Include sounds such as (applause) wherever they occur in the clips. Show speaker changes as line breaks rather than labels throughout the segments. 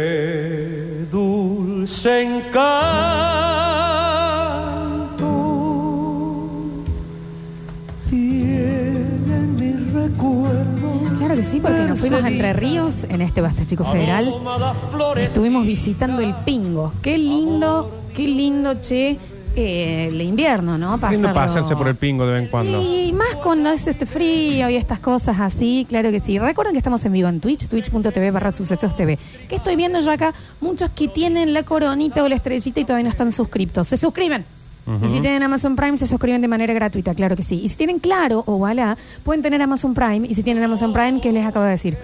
Qué dulce encanto tiene mi recuerdo.
Claro que sí, porque nos fuimos a Entre Ríos en este Basta Chico Federal.
Aroma da flores
Estuvimos visitando el Pingo. Qué lindo, qué lindo, che, eh, el invierno, ¿no?
Qué lindo
Pasarlo-
pasearse por el pingo de vez en cuando.
Y más cuando es este frío y estas cosas así, claro que sí. Recuerden que estamos en vivo en Twitch, twitch.tv barra sucesos TV. Que estoy viendo yo acá muchos que tienen la coronita o la estrellita y todavía no están suscriptos. Se suscriben. Y si tienen Amazon Prime, se suscriben de manera gratuita, claro que sí. Y si tienen Claro o Ovalá, pueden tener Amazon Prime. Y si tienen Amazon Prime, ¿qué les acabo de decir?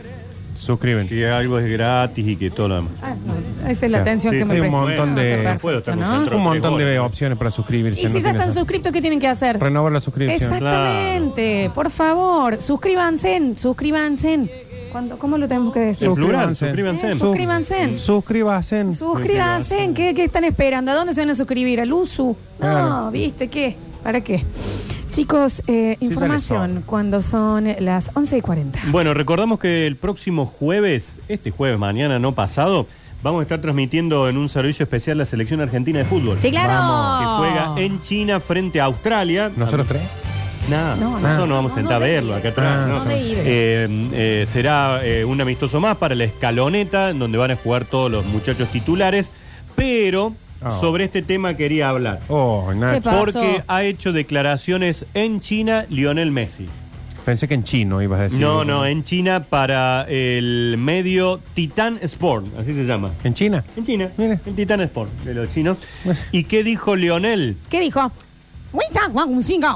Suscriben.
Que algo es gratis y que todo lo demás.
Ah, no, esa es la
Claro.
atención
Sí,
que
sí,
me
un
presta.
montón de-
perfecto,
No
puedo estar
¿no?
concentrado.
Ah, Un montón de
Tres goles.
opciones para suscribirse.
Y
no
si ya
tiene
están
sentido.
suscriptos, ¿qué tienen que hacer?
Renovar la suscripción.
Exactamente, por favor, suscríbanse, suscríbanse. ¿Cuándo- ¿Cómo lo tenemos que decir?
En plural,
Eh,
suscríbanse.
suscríbanse.
Suscríbanse.
Suscríbanse, ¿qué, qué están esperando? ¿A dónde se van a suscribir? ¿Al USU? No,
Claro.
¿viste qué? ¿Para qué? Chicos, eh,
ya
información
les son.
cuando son las 11 y 40.
Bueno, recordamos que el próximo jueves, este jueves, mañana, no pasado, vamos a estar transmitiendo en un servicio especial la selección argentina de fútbol.
Sí, Oh. claro.
Que juega en China frente a Australia.
Nosotros tres.
Nada,
No, no,
nosotros
no,
nos vamos
no,
a sentar
no
a
de
verlo
ir.
acá atrás.
No, de ir.
Eh, eh, será eh, un amistoso más para la escaloneta, en donde van a jugar todos los muchachos titulares. Pero
Oh.
sobre este tema quería hablar.
Oh,
¿Qué
Nacho.
pasó?
Porque ha hecho declaraciones en China Lionel Messi.
Pensé que en chino ibas a decir.
No, no, eh. en China para el medio Titan Sport, así se llama.
¿En China?
En China,
Mira.
en Titan Sport, de los chinos.
Bueno.
¿Y qué dijo Lionel?
¿Qué dijo?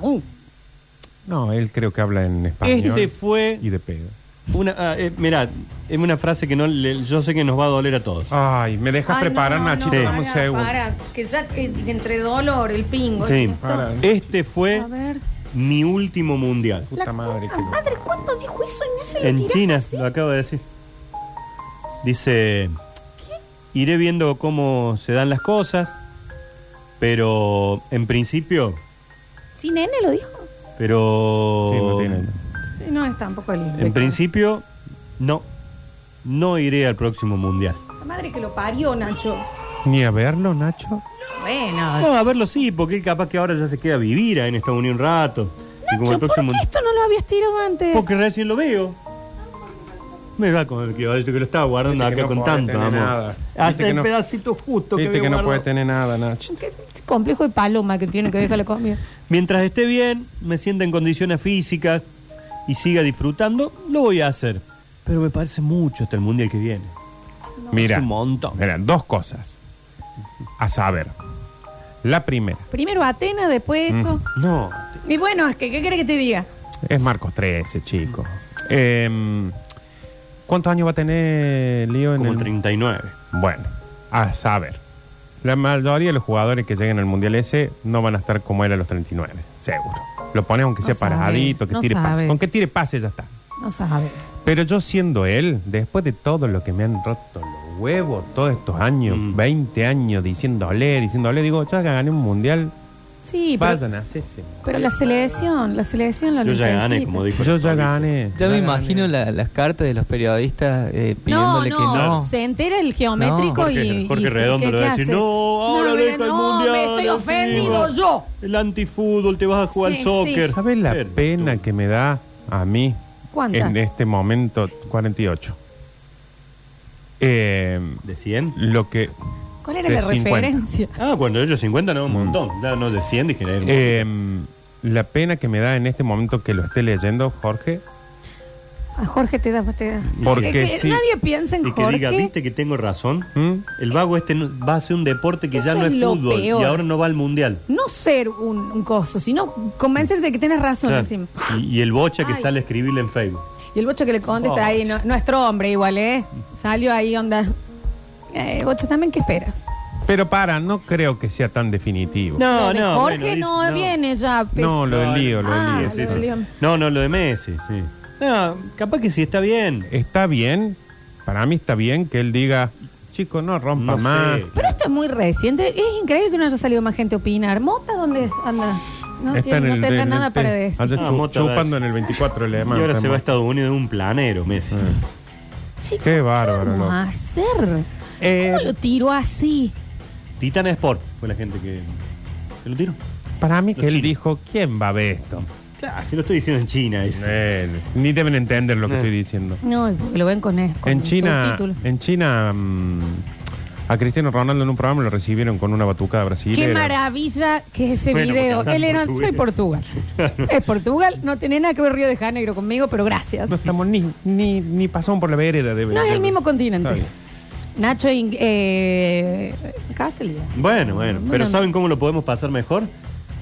uh.
No, él creo que habla en español.
Este fue
Y de pedo.
una... ah, eh, mirá, es una frase que no le- yo sé que nos va a doler a todos.
Ay, me dejas preparar, Nachito.
no,
dame un segundo.
que ya entre dolor, el pingo.
Sí. esto.
Para. ¿eh?
Este fue
A ver.
mi último mundial.
Puta madre que no.
¿cuándo dijo eso y no se lo
En
tirás
China,
así?
lo acabo de decir. Dice, iré viendo cómo se dan las cosas, pero en principio,
¿Sí, nene lo dijo?
pero
Sí, no tiene.
Sí, no es tampoco el...
en principio, no, no iré al próximo mundial.
La madre que lo parió, Nacho.
Ni a verlo, Nacho.
Bueno,
No, a verlo sí, porque él capaz que ahora ya se queda a vivir ah, en esta unión un rato. y como
Nacho,
el
¿por qué
próximo mundial.
esto no lo habías tirado antes?
Porque recién lo veo. Me va con el que, que lo estaba guardando
Viste que
acá
no
con
podés
tanto,
tener
amor.
nada. Viste
Hasta
que
el
no-
pedacito justo que,
Viste que
había
no
guardado.
puede tener nada, Nacho.
Qué complejo de paloma que tiene que dejar la comida.
Mientras esté bien, me sienta en condiciones físicas y siga disfrutando, lo voy a hacer. Pero me parece mucho hasta el mundial que viene.
Mira,
Es un montón.
mira, dos cosas. A saber, la primera
Primero Atenas, después
Mm.
esto.
No.
Y bueno, es que, ¿qué querés que te diga?
es Marcos 13, chico. Em, ¿Cuántos años va a tener Lío en
Como
el-
39.
Bueno, a saber, la mayoría de los jugadores que lleguen al Mundial ese no van a estar como él a los 39, seguro. Lo pones aunque
No
sea
sabes,
paradito, que
no
tire
sabes.
pase. Con que tire pase ya está.
No sabes.
Pero yo siendo él, después de todo lo que me han roto los huevos todos estos años,
Mm.
20 años diciéndole, diciéndole, digo, ya gané un mundial,
Sí, pero,
vayan a hacerse.
pero la selección, la selección la
Yo ya gané,
necesita.
como dijo.
Yo ya
Fabricio.
gané.
Ya me
gané.
imagino la- las cartas de los periodistas eh,
No,
pidiéndole
no,
que no.
se entera el geométrico
Jorge,
y.
Jorge
y-
Redondo
¿qué-
le va
qué
a decir,
hace?
no, ahora
no,
deja el
no,
mundial.
me estoy
así,
ofendido
va.
yo.
El antifútbol, te vas a jugar
Sí, sí.
al soccer.
¿Sabes la
Pero-
pena que me da a mí
¿Cuánta?
en este momento 48? Eh,
¿De 100?
lo que...
¿Cuál era
de
la
50.
referencia?
Ah, cuando ellos 50 no, un montón. Ya no de 100 dije. era un
Mm. eh, la pena que me da en este momento que lo esté leyendo Jorge,
A Jorge te da. Te da.
Porque
Que- que
sí.
Nadie piensa en
y que
Jorge.
diga, viste que tengo razón.
¿Mm?
El vago este no- va a hacer un deporte que
Eso
ya no
es
es
lo
fútbol
peor.
y ahora no va al mundial.
no ser un, un coso, sino convencerse de que tienes razón
Claro.
encima.
Y, y el bocha que
Ay.
sale a escribirle en Facebook.
Y el bocho que le contesta
Oh,
ahí, no, nuestro hombre igual, ¿eh? Salió ahí, onda. Eh, bocho, también, ¿qué esperas?
pero para, no creo que sea tan definitivo.
Lo de Jorge
bueno, dice-
no, viene ya. pues. pes-
No, lo del lío, lo
Ah,
del lío.
lo del lío.
No, no, lo de Messi, sí. No, capaz que sí está bien.
Está bien, para mí está bien que él diga, chico, no rompa
No sé.
más.
Pero esto es muy reciente. Es increíble que no haya salido más gente a opinar. ¿Mota dónde anda? No, tiene, no tendrá
en
nada
el-
para decir.
Ayer
Ah,
chu-
Mota va a
chupando en
decir.
el 24 le Ah.
Y ahora se va a Estados Unidos de un planero, Messi.
Chicos,
Qué bárbaro,
¿Qué vamos
loco.
a hacer?
Eh,
¿Cómo lo tiró así?
Titan Sport fue la gente que. ¿Se lo tiró?
Para mí que
Los
él
chinos.
dijo, ¿quién va a ver esto?
Claro, se lo estoy diciendo en China. dice.
Eh, ni deben entender lo que
Eh.
estoy diciendo.
No, porque lo ven con, eh, con
En China,
subtítulos.
en China mm, a Cristiano Ronaldo en un programa lo recibieron con una batucada brasileña.
Qué maravilla que es ese
Bueno,
video.
porque
Él era,
hablan
soy Portugal. es Portugal, no tiene nada que ver Río de Janeiro conmigo, pero gracias.
No estamos ni, ni, ni pasamos por la vereda de
No es el mismo continente.
Está bien.
Nacho Ing- eh, acá te leo.
Bueno, bueno. Pero
Bueno.
¿saben cómo lo podemos pasar mejor?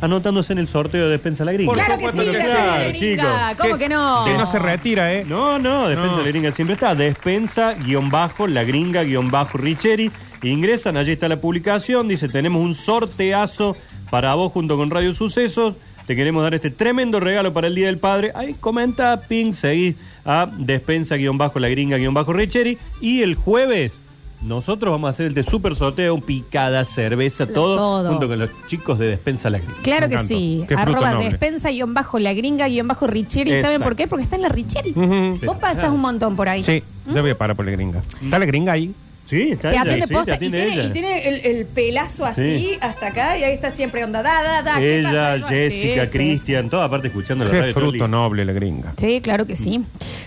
Anotándose en el sorteo de Despensa La Gringa.
Por
Claro que sí,
supuesto que sí.
la
Claro,
gringa. ¿Cómo que no?
Que no se retira, ¿eh?
No, no, Despensa
No.
La Gringa siempre está. Despensa, guión bajo, La Gringa, guión bajo, Richeri. Ingresan, allí está la publicación. Dice, tenemos un sorteazo para vos junto con Radio Sucesos. Te queremos dar este tremendo regalo para el Día del Padre. Ahí comenta, ping, seguís a Despensa, guión bajo, La Gringa, guión bajo, Richeri. Y el jueves... Nosotros vamos a hacer el de super sorteo, picada, cerveza,
Lo-
todo,
todo.
junto con los chicos de Despensa La Gringa.
Claro
Me
que
encantó.
sí.
Qué fruto
Arroba
noble.
despensa guión bajo la gringa guión bajo Richeri. ¿Y ¿Saben
Exacto.
por qué? Porque está en la Richeri.
Ujú.
Vos pasás un montón por ahí.
Sí,
¿Mm?
yo voy a parar por la gringa. ¿Está la gringa ahí?
Sí, está
Te
ella,
atiende
sí, te
posta y
atiende
tiene,
ella.
y tiene el, el pelazo así
Sí.
hasta acá y ahí está siempre onda, da, da, da. ¿qué pasa?
Ella,
Algo así,
Jessica,
sí,
Cristian, toda parte escuchando la
Qué
radio,
fruto
Loli.
noble la gringa.
Sí, claro que sí.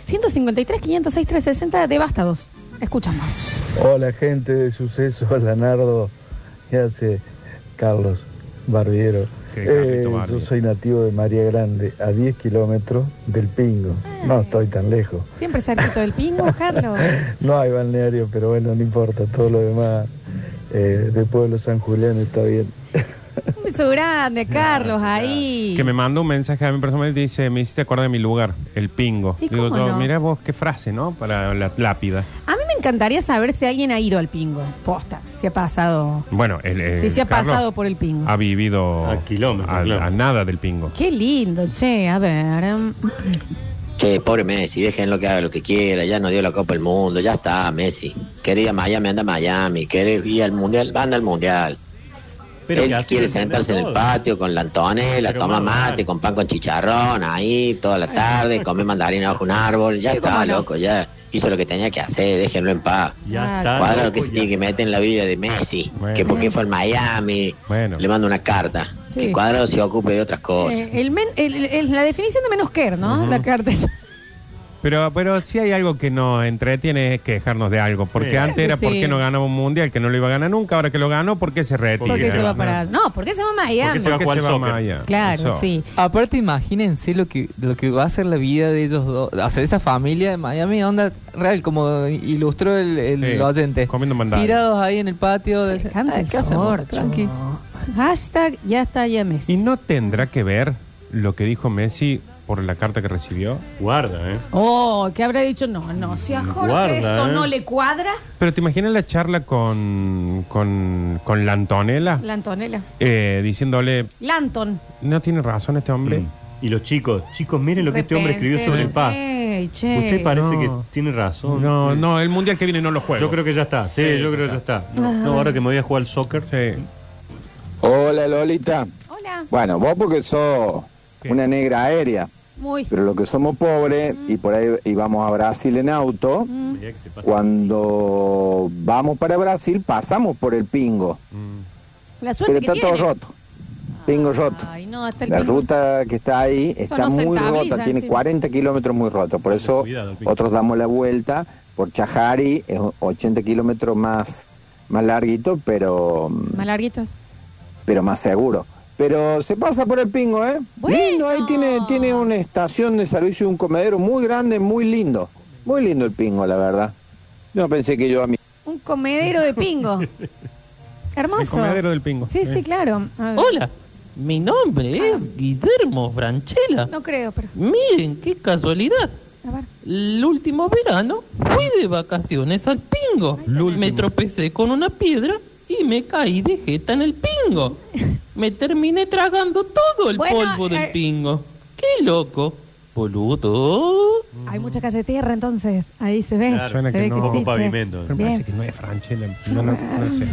153, 506, 360, devastados. Escuchamos.
Hola gente de suceso, (laughs) Leonardo, ¿qué hace Carlos Barbiero? Eh,
Qué Carlito Barbiero.
yo soy nativo de María Grande, a 10 kilómetros del Pingo. No estoy tan lejos.
Siempre cerquito del pingo,
(laughs)
Carlos.
No hay balneario, pero bueno, no importa, todo lo demás eh, de Pueblo San Julián está bien. (laughs)
Un beso grande, Carlos, ahí.
Que me manda un mensaje a mi personal y dice, me hiciste acordar de mi lugar, el pingo.
¿Y
Digo
cómo
yo,
no?
mira vos qué frase, ¿no? Para la lápida.
A mí me encantaría saber si alguien ha ido al pingo. Posta, si ha pasado.
Bueno, el, el
si se ha
Carlos
pasado por el pingo.
Ha vivido
Eh, A kilómetros,
a,
claro.
a nada del pingo.
Qué lindo, che, a ver. um,
Che, pobre Messi, déjenlo que haga lo que quiera, ya no dio la Copa del Mundo, ya está, Messi. Quiere ir a Miami, anda a Miami, quiere ir al Mundial, anda al Mundial.
Pero
Él
que hace
quiere
entender
sentarse en el
todo.
patio con la Antonella,
Pero
toma
vamos,
mate,
dale.
con pan con chicharrón, ahí, toda la tarde, come mandarina bajo un árbol, ya
Sí, cómo
está,
no.
loco, ya hizo lo que tenía que hacer, déjenlo en paz.
Ya
Claro.
está.
Cuadra lo
loco,
que se
Ah, pues ya
tiene que meter en la vida de Messi,
Bueno.
que porque fue al Miami,
Bueno.
le mando una carta.
Sí.
Que Cuadrado se ocupe de otras cosas.
eh, el men- el- el- la definición de menos care, ¿no? La er carta es.
Pero, pero si hay algo que nos entretiene es quejarnos de algo. Porque
Sí.
antes era
Sí.
porque no ganaba un mundial, que no lo iba a ganar nunca, ahora que lo ganó, ¿por qué se retira?
¿Por qué se va
no.
para.? No, ¿por qué se va a Miami?
Porque se va a jugar soccer.
Maya?
Claro,
Eso.
sí.
Aparte, imagínense lo que, lo que va a ser la vida de ellos dos, o sea, de esa familia de Miami, onda real, como ilustró el, el
Sí,
oyente.
comiendo mandarina.
Tirados ahí en el patio. de-
Canta
Ay,
el
¿qué hacemos?
sorcho.
Tranqui.
Hashtag ya está ya Messi.
¿Y no tendrá que ver lo que dijo Messi por la carta que recibió?
Guarda, ¿eh?
Oh, que habrá dicho, no, no, si a Jorge
Guarda,
esto
eh.
no le cuadra,
Pero te imaginas la charla con, con, con la Antonella,
la Antonella.
eh, diciéndole,
Lanton.
no tiene razón este hombre.
Y los chicos, chicos, miren lo que este hombre escribió sobre el paz.
Ey, che.
Usted parece
No.
que tiene razón.
No, no, el mundial que viene no lo juego.
Mm. Yo creo que ya está. Sí, yo creo que ya está. No, no, ahora que me voy a jugar al soccer.
Sí.
Hola Lolita.
Hola.
Bueno, vos porque sos
¿Qué?
una negra aérea,
Muy.
pero lo que somos pobres y por ahí íbamos a Brasil en auto,
Mm.
Mirá que se pasa.
cuando vamos para Brasil pasamos por el pingo,
La
pero
suerte
está
que
todo
tiene.
roto, pingo roto.
Ay, no, hasta el
La
pingo.
ruta que está ahí está
no se
muy
entablilla
rota, tiene
encima.
40 kilómetros muy roto, por eso
Cuidado, el pingo.
otros damos la vuelta por Chajari, es 80 kilómetros más, más larguito, pero... mm,
Más larguitos.
pero más seguro. Pero se pasa por el pingo, ¿eh?
Bueno.
Lindo, ahí tiene, tiene una estación de servicio y un comedero muy grande, muy lindo. Muy lindo el pingo, la verdad. Yo pensé que yo a mí...
Un comedero de pingo. Hermoso.
El comedero del pingo.
Sí, sí, claro. A ver.
Hola, mi nombre es Guillermo Franchella.
No creo, pero.
Miren qué casualidad.
A ver.
El último verano fui de vacaciones al pingo. Me tropecé con una piedra y me caí de jeta en el pingo. Me terminé tragando todo el
Bueno,
polvo
eh.
del pingo. ¡Qué loco! Boludo.
Hay mucha calle de tierra entonces. Ahí se ve.
Claro,
suena
se
que
ve
no.
que
Poco
sí, che.
pavimento.
Pero
Bien.
parece que no es Franchella. No, no, no sé.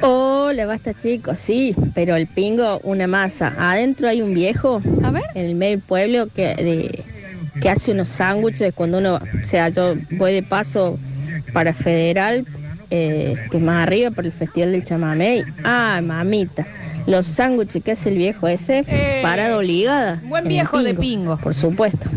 Hola, basta chicos, sí, pero el pingo, una masa. Adentro hay un viejo
A ver.
en el medio del pueblo que de, que hace unos sándwiches cuando uno, o sea, yo voy de paso para Federal, eh, que es más arriba, para el Festival del Chamamé. y- ¡Ay, mamita! Los sándwiches que hace el viejo ese,
Eh,
parada obligada.
buen
en el
viejo de pingo.
Por supuesto.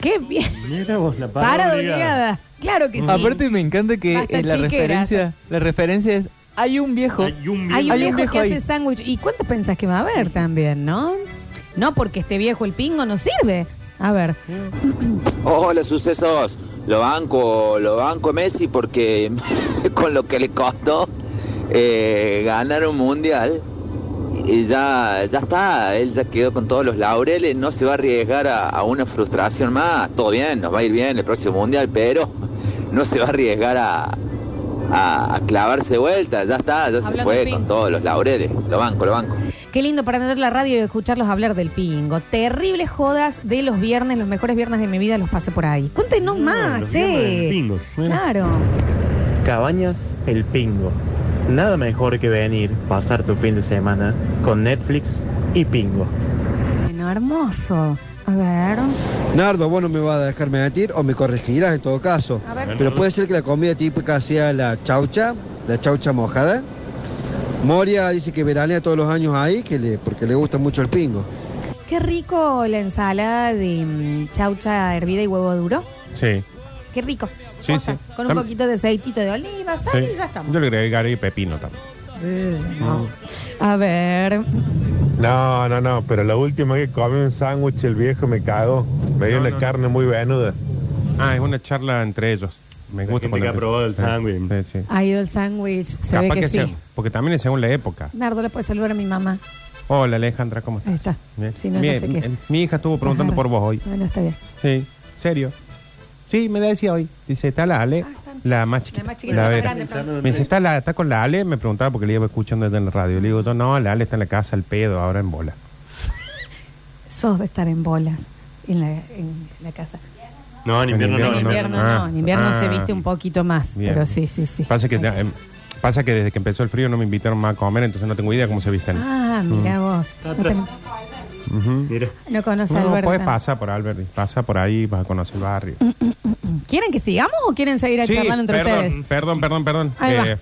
Qué bien.
Mira vos, la parada
Parada
obligada.
obligada. Claro que sí.
Mm. Aparte me encanta que
Basta,
eh, la
chiqueras.
referencia, la referencia es hay un viejo.
Hay un
hay un
hay
viejo,
un viejo
que
ahí.
hace sándwich. ¿Y cuánto pensás que va a haber también, no? No, porque este viejo, el pingo, no sirve. A ver.
Hola, sucesos. Lo banco, lo banco Messi porque (laughs) con lo que le costó eh, ganar un mundial, y ya, ya está. Él ya quedó con todos los laureles, no se va a arriesgar a, a una frustración más. Todo bien, nos va a ir bien el próximo mundial, pero (laughs) no se va a arriesgar a, a- a clavarse de vuelta. Ya está, ya
Hablando
se fue
Pink.
con todos los laureles. Lo banco, lo banco.
Qué lindo para tener la radio y escucharlos hablar del pingo. Terribles jodas de los viernes, los mejores viernes de mi vida los pasé por ahí. Cuéntenos
Ah,
más,
los viernes
che.
del Pingo. ¿eh? Mira.
Claro.
Cabañas El Pingo. Nada mejor que venir, pasar tu fin de semana con Netflix y Pingo.
Bueno, hermoso. A ver.
Nardo, vos no me vas a dejar mentir o me corregirás en todo caso.
A ver.
Pero puede ser que la comida típica sea la chaucha, la chaucha mojada. Moria dice que veranea todos los años ahí que le, porque le gusta mucho el pingo.
Qué rico la ensalada de mm, chaucha hervida y huevo duro.
Sí.
Qué rico.
Sí,
Posta.
sí.
Con un
Tam-
poquito de aceitito de oliva, sal
Sí.
y ya estamos.
Yo le agregaré pepino también.
Eh, no. A ver.
No, no, no, pero la última que comí un sándwich el viejo me cagó. Me dio una carne muy venuda.
Ah, es una charla entre ellos. Me gusta
gente que ha probado el sándwich.
Sí, sí.
Ha ido el sándwich. Se ve que, sí.
sea- porque también es según la época.
Nardo, le puede saludar a mi mamá.
Hola Alejandra, ¿cómo estás?
Ahí está.
Bien.
Si no,
Bien,
ya sé qué.
mi- mi hija estuvo preguntando por vos hoy.
Bueno, está bien.
Sí, serio. Sí, me decía hoy. Dice, está la Ale, la más chiquita.
Ah, La más chiquita, la más
Vera.
grande, perdón.
Me dice, está, la, está con la Ale. Me preguntaba porque le iba escuchando desde la radio. Le digo, yo no, la Ale está en la casa, al pedo, ahora en bola.
Sos de estar en bolas en la, en la casa.
No, en invierno,
en
no.
invierno no,
no.
en invierno
Ah,
se viste un poquito más.
Bien.
Pero sí, sí, sí.
Pasa que, eh, pasa que desde que empezó el frío no me invitaron más a comer, entonces no tengo idea cómo se visten.
Ah, mira
Mm.
vos. No,
atrás.
Ujú.
te- no conoce a
No, pues,
Alberto.
puedes pasar por Alberti, pasa por ahí, vas a conocer el barrio.
¿Quieren que sigamos o quieren seguir a
Sí,
charlar entre
perdón,
ustedes?
Perdón, perdón, perdón.
Ahí va.
Eh,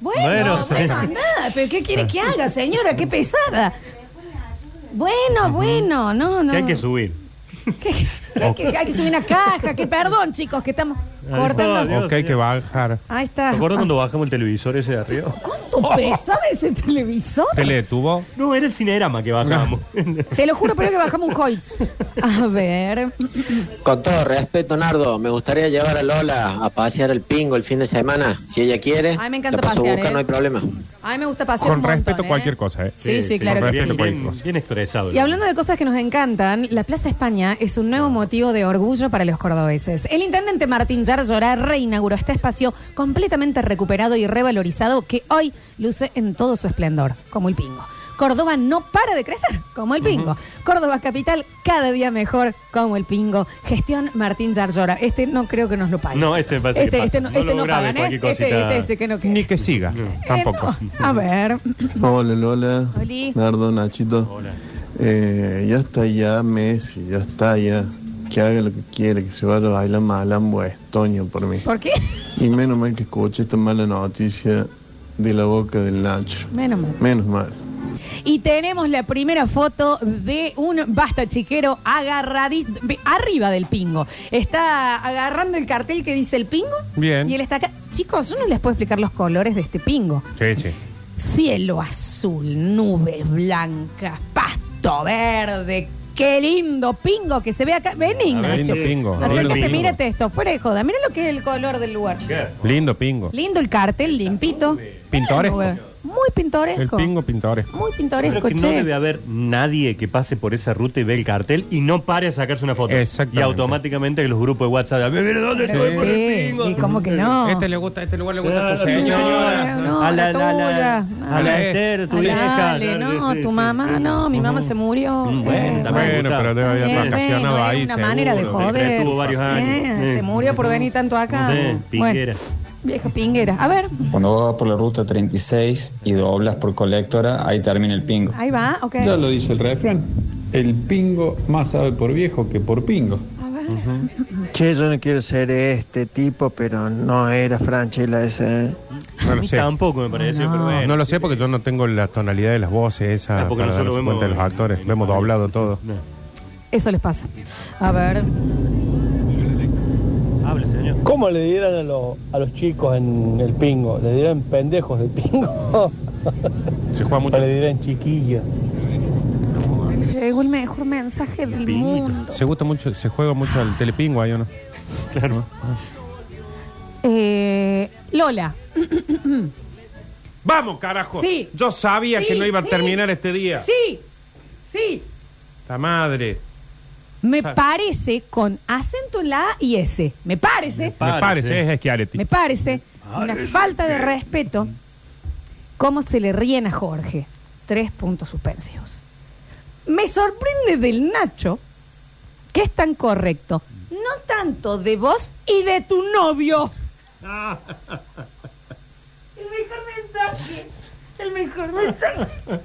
Bueno, bueno,
Bueno, sí.
andá, pero ¿qué quiere que haga, señora?
(laughs)
Qué pesada. Bueno, bueno, no, no.
Que hay que subir.
Que hay que- hay que subir una caja, que perdón, chicos, que estamos cortando.
Adiós,
ok, que bajar.
Ahí está.
¿Te acuerdas cuando bajamos el televisor ese
(laughs)
de arriba?
¿Cuánto pesaba ese televisor?
(laughs) ¿Te le detuvo?
No, era el cinerama que bajábamos.
Te lo juro, pero que bajamos un hoyts. A ver.
Con todo respeto, Nardo, me gustaría llevar a Lola a pasear el pingo el fin de semana, si ella quiere.
Ay, me encanta
la paso a
pasear,
buscar,
¿eh?
no hay problema.
A mí me gusta pasear
Con
un montón,
respeto
¿eh?
cualquier cosa, ¿eh?
Sí, sí, claro que
respeto
sí.
cualquier
(laughs) Bien,
cosa.
bien expresado.
Y hablando de cosas que nos encantan, la Plaza España es un
Ah.
nuevo motivo de orgullo para los cordobeses. El intendente Martín Yar Llorá reinauguró este espacio completamente recuperado y revalorizado que hoy luce en todo su esplendor, como el pingo. Córdoba no para de crecer, como el pingo. Córdoba capital cada día mejor, como el pingo. Gestión Martín Yar Llorá. Este no creo que nos lo pague.
No, este me parece que
Este-
pasa.
este no- este
lo
no
grabe
pagan, ¿eh?
cualquier
Este-
cosita.
este- este que no Eh,
Ni que siga, tampoco.
A ver.
Hola Lola,
Oli.
Nardo, Nachito. Eh, ya está ya Messi, ya está ya. Que haga lo que quiera, que se vaya a bailar Malambo a Estonia por mí.
¿Por qué?
Y menos mal que escuché esta mala noticia de la boca del Nacho.
Menos mal.
Menos mal.
Y tenemos la primera foto de un basta chiquero agarradito, arriba del pingo. Está agarrando el cartel que dice el pingo.
Bien.
Y él está acá. Chicos, yo no les puedo explicar los colores de este pingo.
Sí, sí.
Cielo azul, nubes blancas, pasto verde. Qué lindo pingo que se ve acá. Ven, Ignacio.
Ah, lindo pingo. Lindo
Acércate,
pingo.
mírate esto, fuera de joda. Mira lo que es el color del lugar.
Lindo pingo.
Lindo el cartel, limpito.
Pintoresco.
Muy
El
pintoresco.
pingo pintoresco.
Muy
Creo
pintoresco,
que no
che.
debe haber nadie que pase por esa ruta y ve el cartel y no pare a sacarse una foto.
Exactamente.
Y automáticamente los grupos de WhatsApp. "A ver, mira, ¿Dónde
Claro
estoy?
que
Por el
sí,
pingo".
y cómo que no.
Este le gusta, este lugar le gusta a tu
Sí,
señora.
Eh, no,
A
la,
la- la- la-
tuya.
a la
Ah,
Esther, tu
a la
vieja.
Ale,
Claro,
no,
sí,
tu
sí,
mamá,
sí.
no, mi mamá se murió. Eh,
Bueno,
Bueno, pero debe haber
eh,
vacacionado
bueno,
ahí.
era una manera de
seguro.
joder.
Estuvo varios años.
Eh, Se murió por venir tanto acá.
Sí, pinguera.
vieja pinguera. A ver,
Cuando vas por la ruta 36 y doblas por colectora, ahí termina el pingo.
ahí va, ok.
dice el refrán. El pingo más sabe por viejo que por pingo.
Che, yo no quiero ser este tipo, pero no era Franchella ese. ¿eh?
No lo sé.
Tampoco me pareció, pero bueno.
No lo sé porque yo no tengo la tonalidad de las voces esa
Ah, porque
para
nosotros
darnos cuenta de
vemos-
los actores. Vemos doblado todo.
Eso les pasa. A ver.
Hable, señor.
¿Cómo le dieran a, los- a los chicos en el pingo? ¿Le dieran pendejos del pingo? (laughs)
Se juega mucho.
¿O le dieran chiquillos?
Llegó el mejor mensaje del mundo.
Se gusta mucho, se juega mucho al telepingo ahí o no. Claro.
Eh, Lola.
Vamos, carajo.
Sí.
Yo sabía que
Sí,
no iba a
sí.
terminar este día.
Sí, sí.
La madre.
Me
Ah.
parece con acento en la A y S. Me parece.
Me parece, es Schiaretti.
Me parece una
Parece.
falta de respeto cómo se le ríen a Jorge. Tres puntos suspensivos. Me sorprende del Nacho que es tan correcto. No tanto de vos y de tu novio. El mejor mensaje.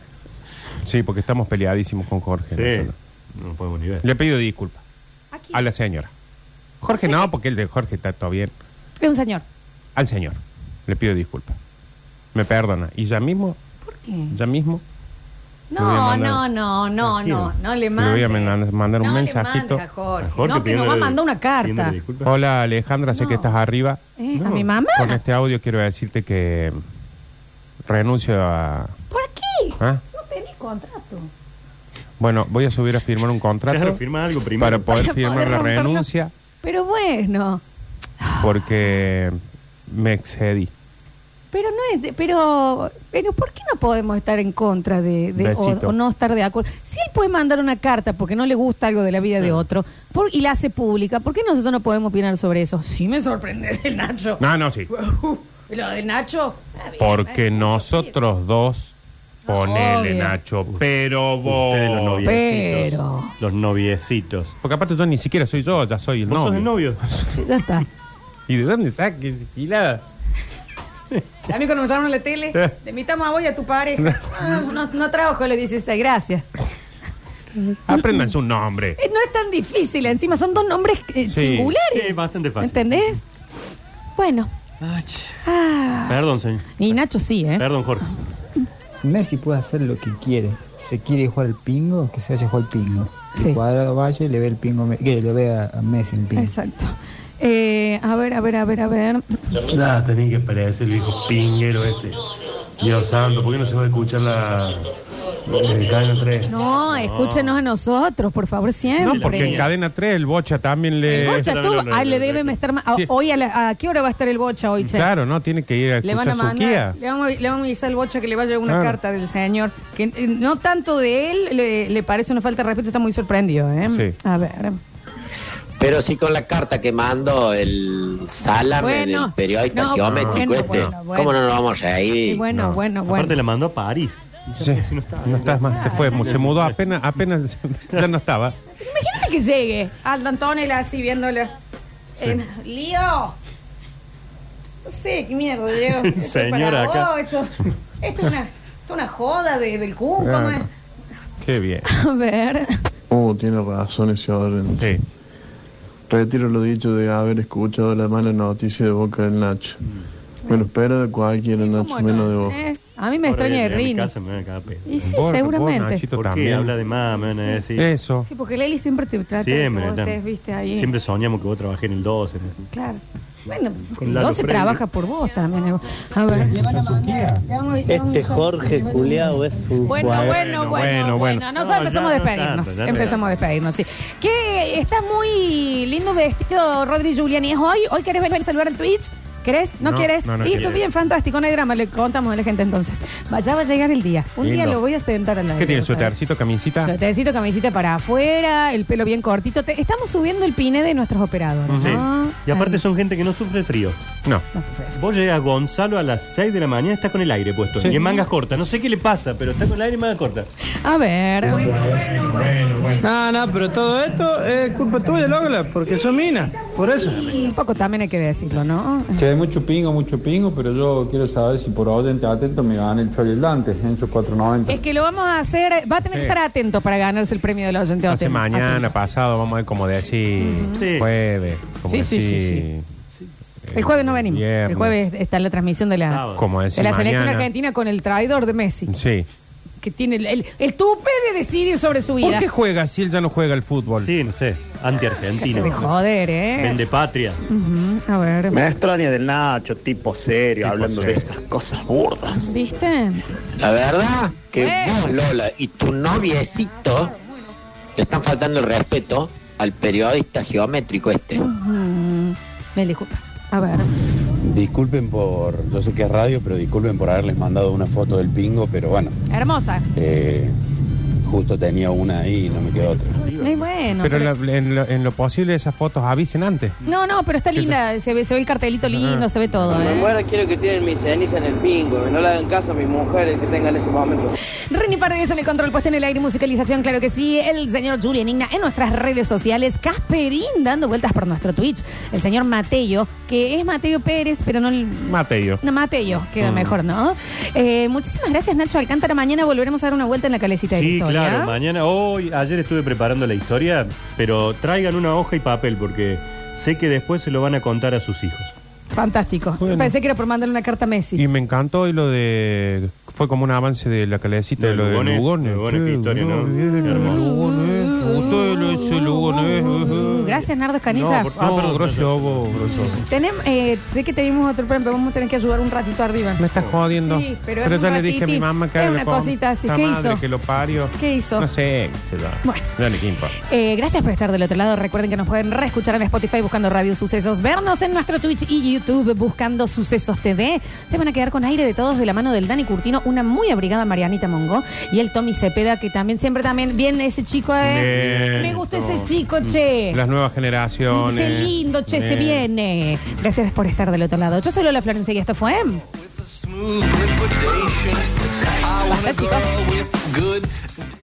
Sí, porque estamos peleadísimos con Jorge.
Sí.
nosotros.
No podemos ni ver.
Le pido disculpas
¿A quién?
a la señora. Jorge no, porque el de Jorge está todo bien.
Es un señor.
Al señor. Le pido disculpas. Me perdona. Y ya mismo,
¿Por qué?
ya mismo, Le voy a
No,
mandar-
no, no, no, no, no le
le voy a
mande.
men- mandar un
No le
mensajito.
mandes a Jorge. A Jorge No, que nos va a pidiéndole- mandar una carta. pidiéndole disculpas.
Hola Alejandra, sé que estás arriba.
Eh, ¿A mi mamá?
Con este audio quiero decirte que renuncio a...
¿Por qué?
¿Ah?
No tenés contrato.
Bueno, voy a subir a firmar un contrato.
Claro, firma algo primero.
Para poder
Para
firmar
poder
la
romperlo.
renuncia
Pero bueno,
porque me excedí.
pero no es, pero, pero ¿por qué no podemos estar en contra de, de- o,
Besito.
o no estar de acuerdo? Si él puede mandar una carta porque no le gusta algo de la vida de otro por- y la hace pública, ¿por qué nosotros no podemos opinar sobre eso? Sí me sorprende el Nacho.
No, no, sí.
(laughs) Lo del Nacho. está bien,
Porque nosotros dos, ponele
obvio.
Nacho, pero vos...
Ustedes los noviecitos.
Pero.
Los noviecitos.
Porque aparte yo ni siquiera soy yo, ya soy el novio.
¿Vos sos el novio?
Sí, eh, ya está.
¿Y de dónde saques gilada?
A mí cuando me llamaron a la tele,
Eh.
te invitamos a vos y a tu pareja. Ah, no, no trabajo los 16, gracias.
Apréndanse un nombre.
Eh, No es tan difícil, encima son dos nombres eh, singulares. Este
Es bastante fácil.
¿Entendés? Bueno. Ah.
Perdón, señor.
Y Nacho sí, ¿eh?
Perdón, Jorge.
Messi puede hacer lo que quiere. Se quiere jugar al pingo, que se vaya a jugar al pingo.
Sí.
El cuadrado vaya y le ve el pingo, me- que le ve a a Messi el pingo.
Exacto. Eh, a ver, a ver, a ver, a ver.
Nada, tenía que parecer el viejo pinguero este. Dios santo, ¿por qué no se va a escuchar la eh, cadena 3?
No, escúchenos a nosotros, por favor, siempre.
No, porque en cadena 3 el Bocha también le.
Eh, El bocha, tú, ay, le deben estar más. a-
Sí.
Hoy, a, la- ¿a qué hora va a estar el bocha hoy, che?
Claro, no, tiene que ir a
Le van a
escuchar su
mandar,
guía.
le vamos, a- le vamos a avisar al bocha que le vaya una
Claro.
carta del señor. Que eh, no tanto de él le, le parece una falta de respeto, está muy sorprendido, ¿eh?
Sí.
A ver.
Pero sí con la carta que mandó el salame
Bueno,
del periodista
no,
geométrico
bueno,
este.
bueno, bueno.
¿Cómo no nos vamos a
Y
ir?
bueno, bueno, bueno.
Aparte la mandó a París.
Sí, no estás más, se fue, se mudó apenas, apenas, (laughs) ya no estaba.
Imagínate que llegue al Antonella así viéndole. En, Lío. No sé, qué mierda, Leo.
(laughs)
Esto es
Señora,
para
acá.
vos, esto, esto es una, esto es una joda de- del cuco.
Claro.
man.
Qué bien.
A ver.
Uh, tiene razón ese orden. Sí. Retiro lo dicho de haber escuchado la mala noticia de boca del Nacho. Me lo espero de cualquiera, Nacho,
Mm. ¿Cómo
menos de
no?
vos.
Eh, a mí me
Ahora
extraña de
viene a mi
Rini.
casa, me van a cagar pedo.
Y sí, Vos- vos, seguramente. Nachito,
¿Por qué
también. Eh,
habla de más? Me van a decir.
Eso.
Sí, porque Leli siempre te trata de
Siempre,
que vos
están-
estés, viste, ahí.
Siempre soñamos que vos trabajé en el 12. en el-
Claro. Bueno,
Con Lalo
no se
Freire.
trabaja por vos también. A ver.
Este Jorge Juliao es su
Bueno,
cuadro.
bueno, bueno, bueno, Nosotros
No,
empezamos a
ya no
despedirnos.
tanto, ya no
empezamos a despedirnos, sí. Que estás muy lindo vestido, Rodri Giuliani. ¿Es hoy? ¿Hoy querés venir a saludar en Twitch? ¿Querés? ¿No,
No,
querés?
no, no
Listo,
quiero.
bien, fantástico. No hay drama. Le contamos a la gente entonces. Vaya, va a llegar el día. Un día
Lindo.
lo voy a sentar a la
¿Qué tiene? ¿Suetercito, camisita?
Suetercito, camisita para afuera, el pelo bien cortito. Te- estamos subiendo el pine de nuestros operadores,
Sí.
¿no?
Y aparte son gente que no sufre frío.
No.
Vos llegas a Gonzalo a las 6 de la mañana, está con el aire puesto. Y en mangas cortas. No sé qué le pasa, pero está con el aire en mangas cortas.
A ver.
Ah, No, no, pero todo esto es culpa tuya, Lola, porque sos mina.
Por eso.
Y un poco también hay que decirlo, ¿no?
Che, hay mucho pingo, mucho pingo, pero yo quiero saber si por oyente atento me van el Chori Dante en sus 490.
Es que lo vamos a hacer, va a tener que
Sí.
estar atento para ganarse el premio del oyente.
Hace
atento.
mañana, pasado, vamos a ver como decir
Sí.
jueves, como
Mm. Sí, sí,
decir Eh,
sí, Atento. El jueves no venimos.
Viernes.
El jueves está la transmisión de la,
Como
de la
decir
selección
mañana.
argentina con el traidor de Messi,
Sí.
que tiene el, el, el tupe de decidir sobre su vida.
¿Por qué juega si él ya no juega al fútbol?
Sí, no sé.
De
Anti-argentino.
joder, ¿eh?
Vende patria.
Ujú, a ver.
Me extraña del Nacho, tipo serio, hablando
serio.
de esas cosas burdas.
¿Viste?
La verdad que
Eh.
vos, Lola, y tu noviecito le están faltando el respeto al periodista geométrico este.
Ujú. Me Mm, disculpas. A ver.
Disculpen por, yo sé que es radio, pero disculpen por haberles mandado una foto del pingo, pero bueno,
Hermosa.
eh, justo tenía una ahí y no me quedó otra.
Muy bueno.
pero
pero-
en, lo, en lo- en lo posible esas fotos avisen antes.
No, no, pero está linda. Se ve, se ve el
Ah.
cartelito lindo, se ve todo,
Cuando me
¿eh?
muera quiero que tienen mi ceniza en el pingo, que no le hagan caso a mis mujeres que tengan ese momento.
Rini Paredes en el control puesto en el aire y musicalización, claro que sí. El señor Julian Igna en nuestras redes sociales. Casperín dando vueltas por nuestro Twitch. El señor Mateo, que es Mateo Pérez, pero no... el-
Mateo.
No, Mateo, queda
Mm.
mejor, ¿no? Eh, muchísimas gracias, Nacho Alcántara. Mañana volveremos a dar una vuelta en la calecita de la
Sí,
historia. ¿eh?
claro, mañana, hoy, ayer estuve preparando la historia, pero traigan una hoja y papel porque sé que después se lo van a contar a sus hijos.
Fantástico. Pensé que era por mandarle una carta a Messi.
Y me encantó y lo de. Fue como un avance de la calecita de lo de
Lugones,
Lugones.
Lugones,
Che,
qué historia, ¿no?
bien, Lugones, usted ¿eh? lo hizo, Lugones, eh, eh.
Mm, Gracias, Nardo Escanilla.
No, por- ah, perdón, grosso, vos, grosso.
Tenem- eh, sé que tenemos otro premio, pero vamos a tener que ayudar un ratito arriba.
Me estás jodiendo.
Sí, pero es
yo
un
le dije a mi
ratitín.
mamá que
Es
haga
una
la com-
cosita así.
la
¿Qué
madre
hizo?
que lo parió.
¿Qué hizo?
No sé, qué sé yo.
Bueno.
Dale, ¿qué importa?
Eh, gracias por estar del otro lado. Recuerden que nos pueden reescuchar en Spotify buscando Radio Sucesos, vernos en nuestro Twitch y YouTube buscando Sucesos TV. Se van a quedar con aire de todos de la mano del Dani Curtino, una muy abrigada Marianita Mongo y el Tommy Cepeda, que también siempre también viene ese chico. eh.
Bien,
Me gusta
Tom.
ese chico, che.
Las nuevas generaciones.
Ese lindo, che, se
Eh,
viene. Gracias por estar del otro lado. Yo soy Lola Florencia y esto fue.
Basta, chicos.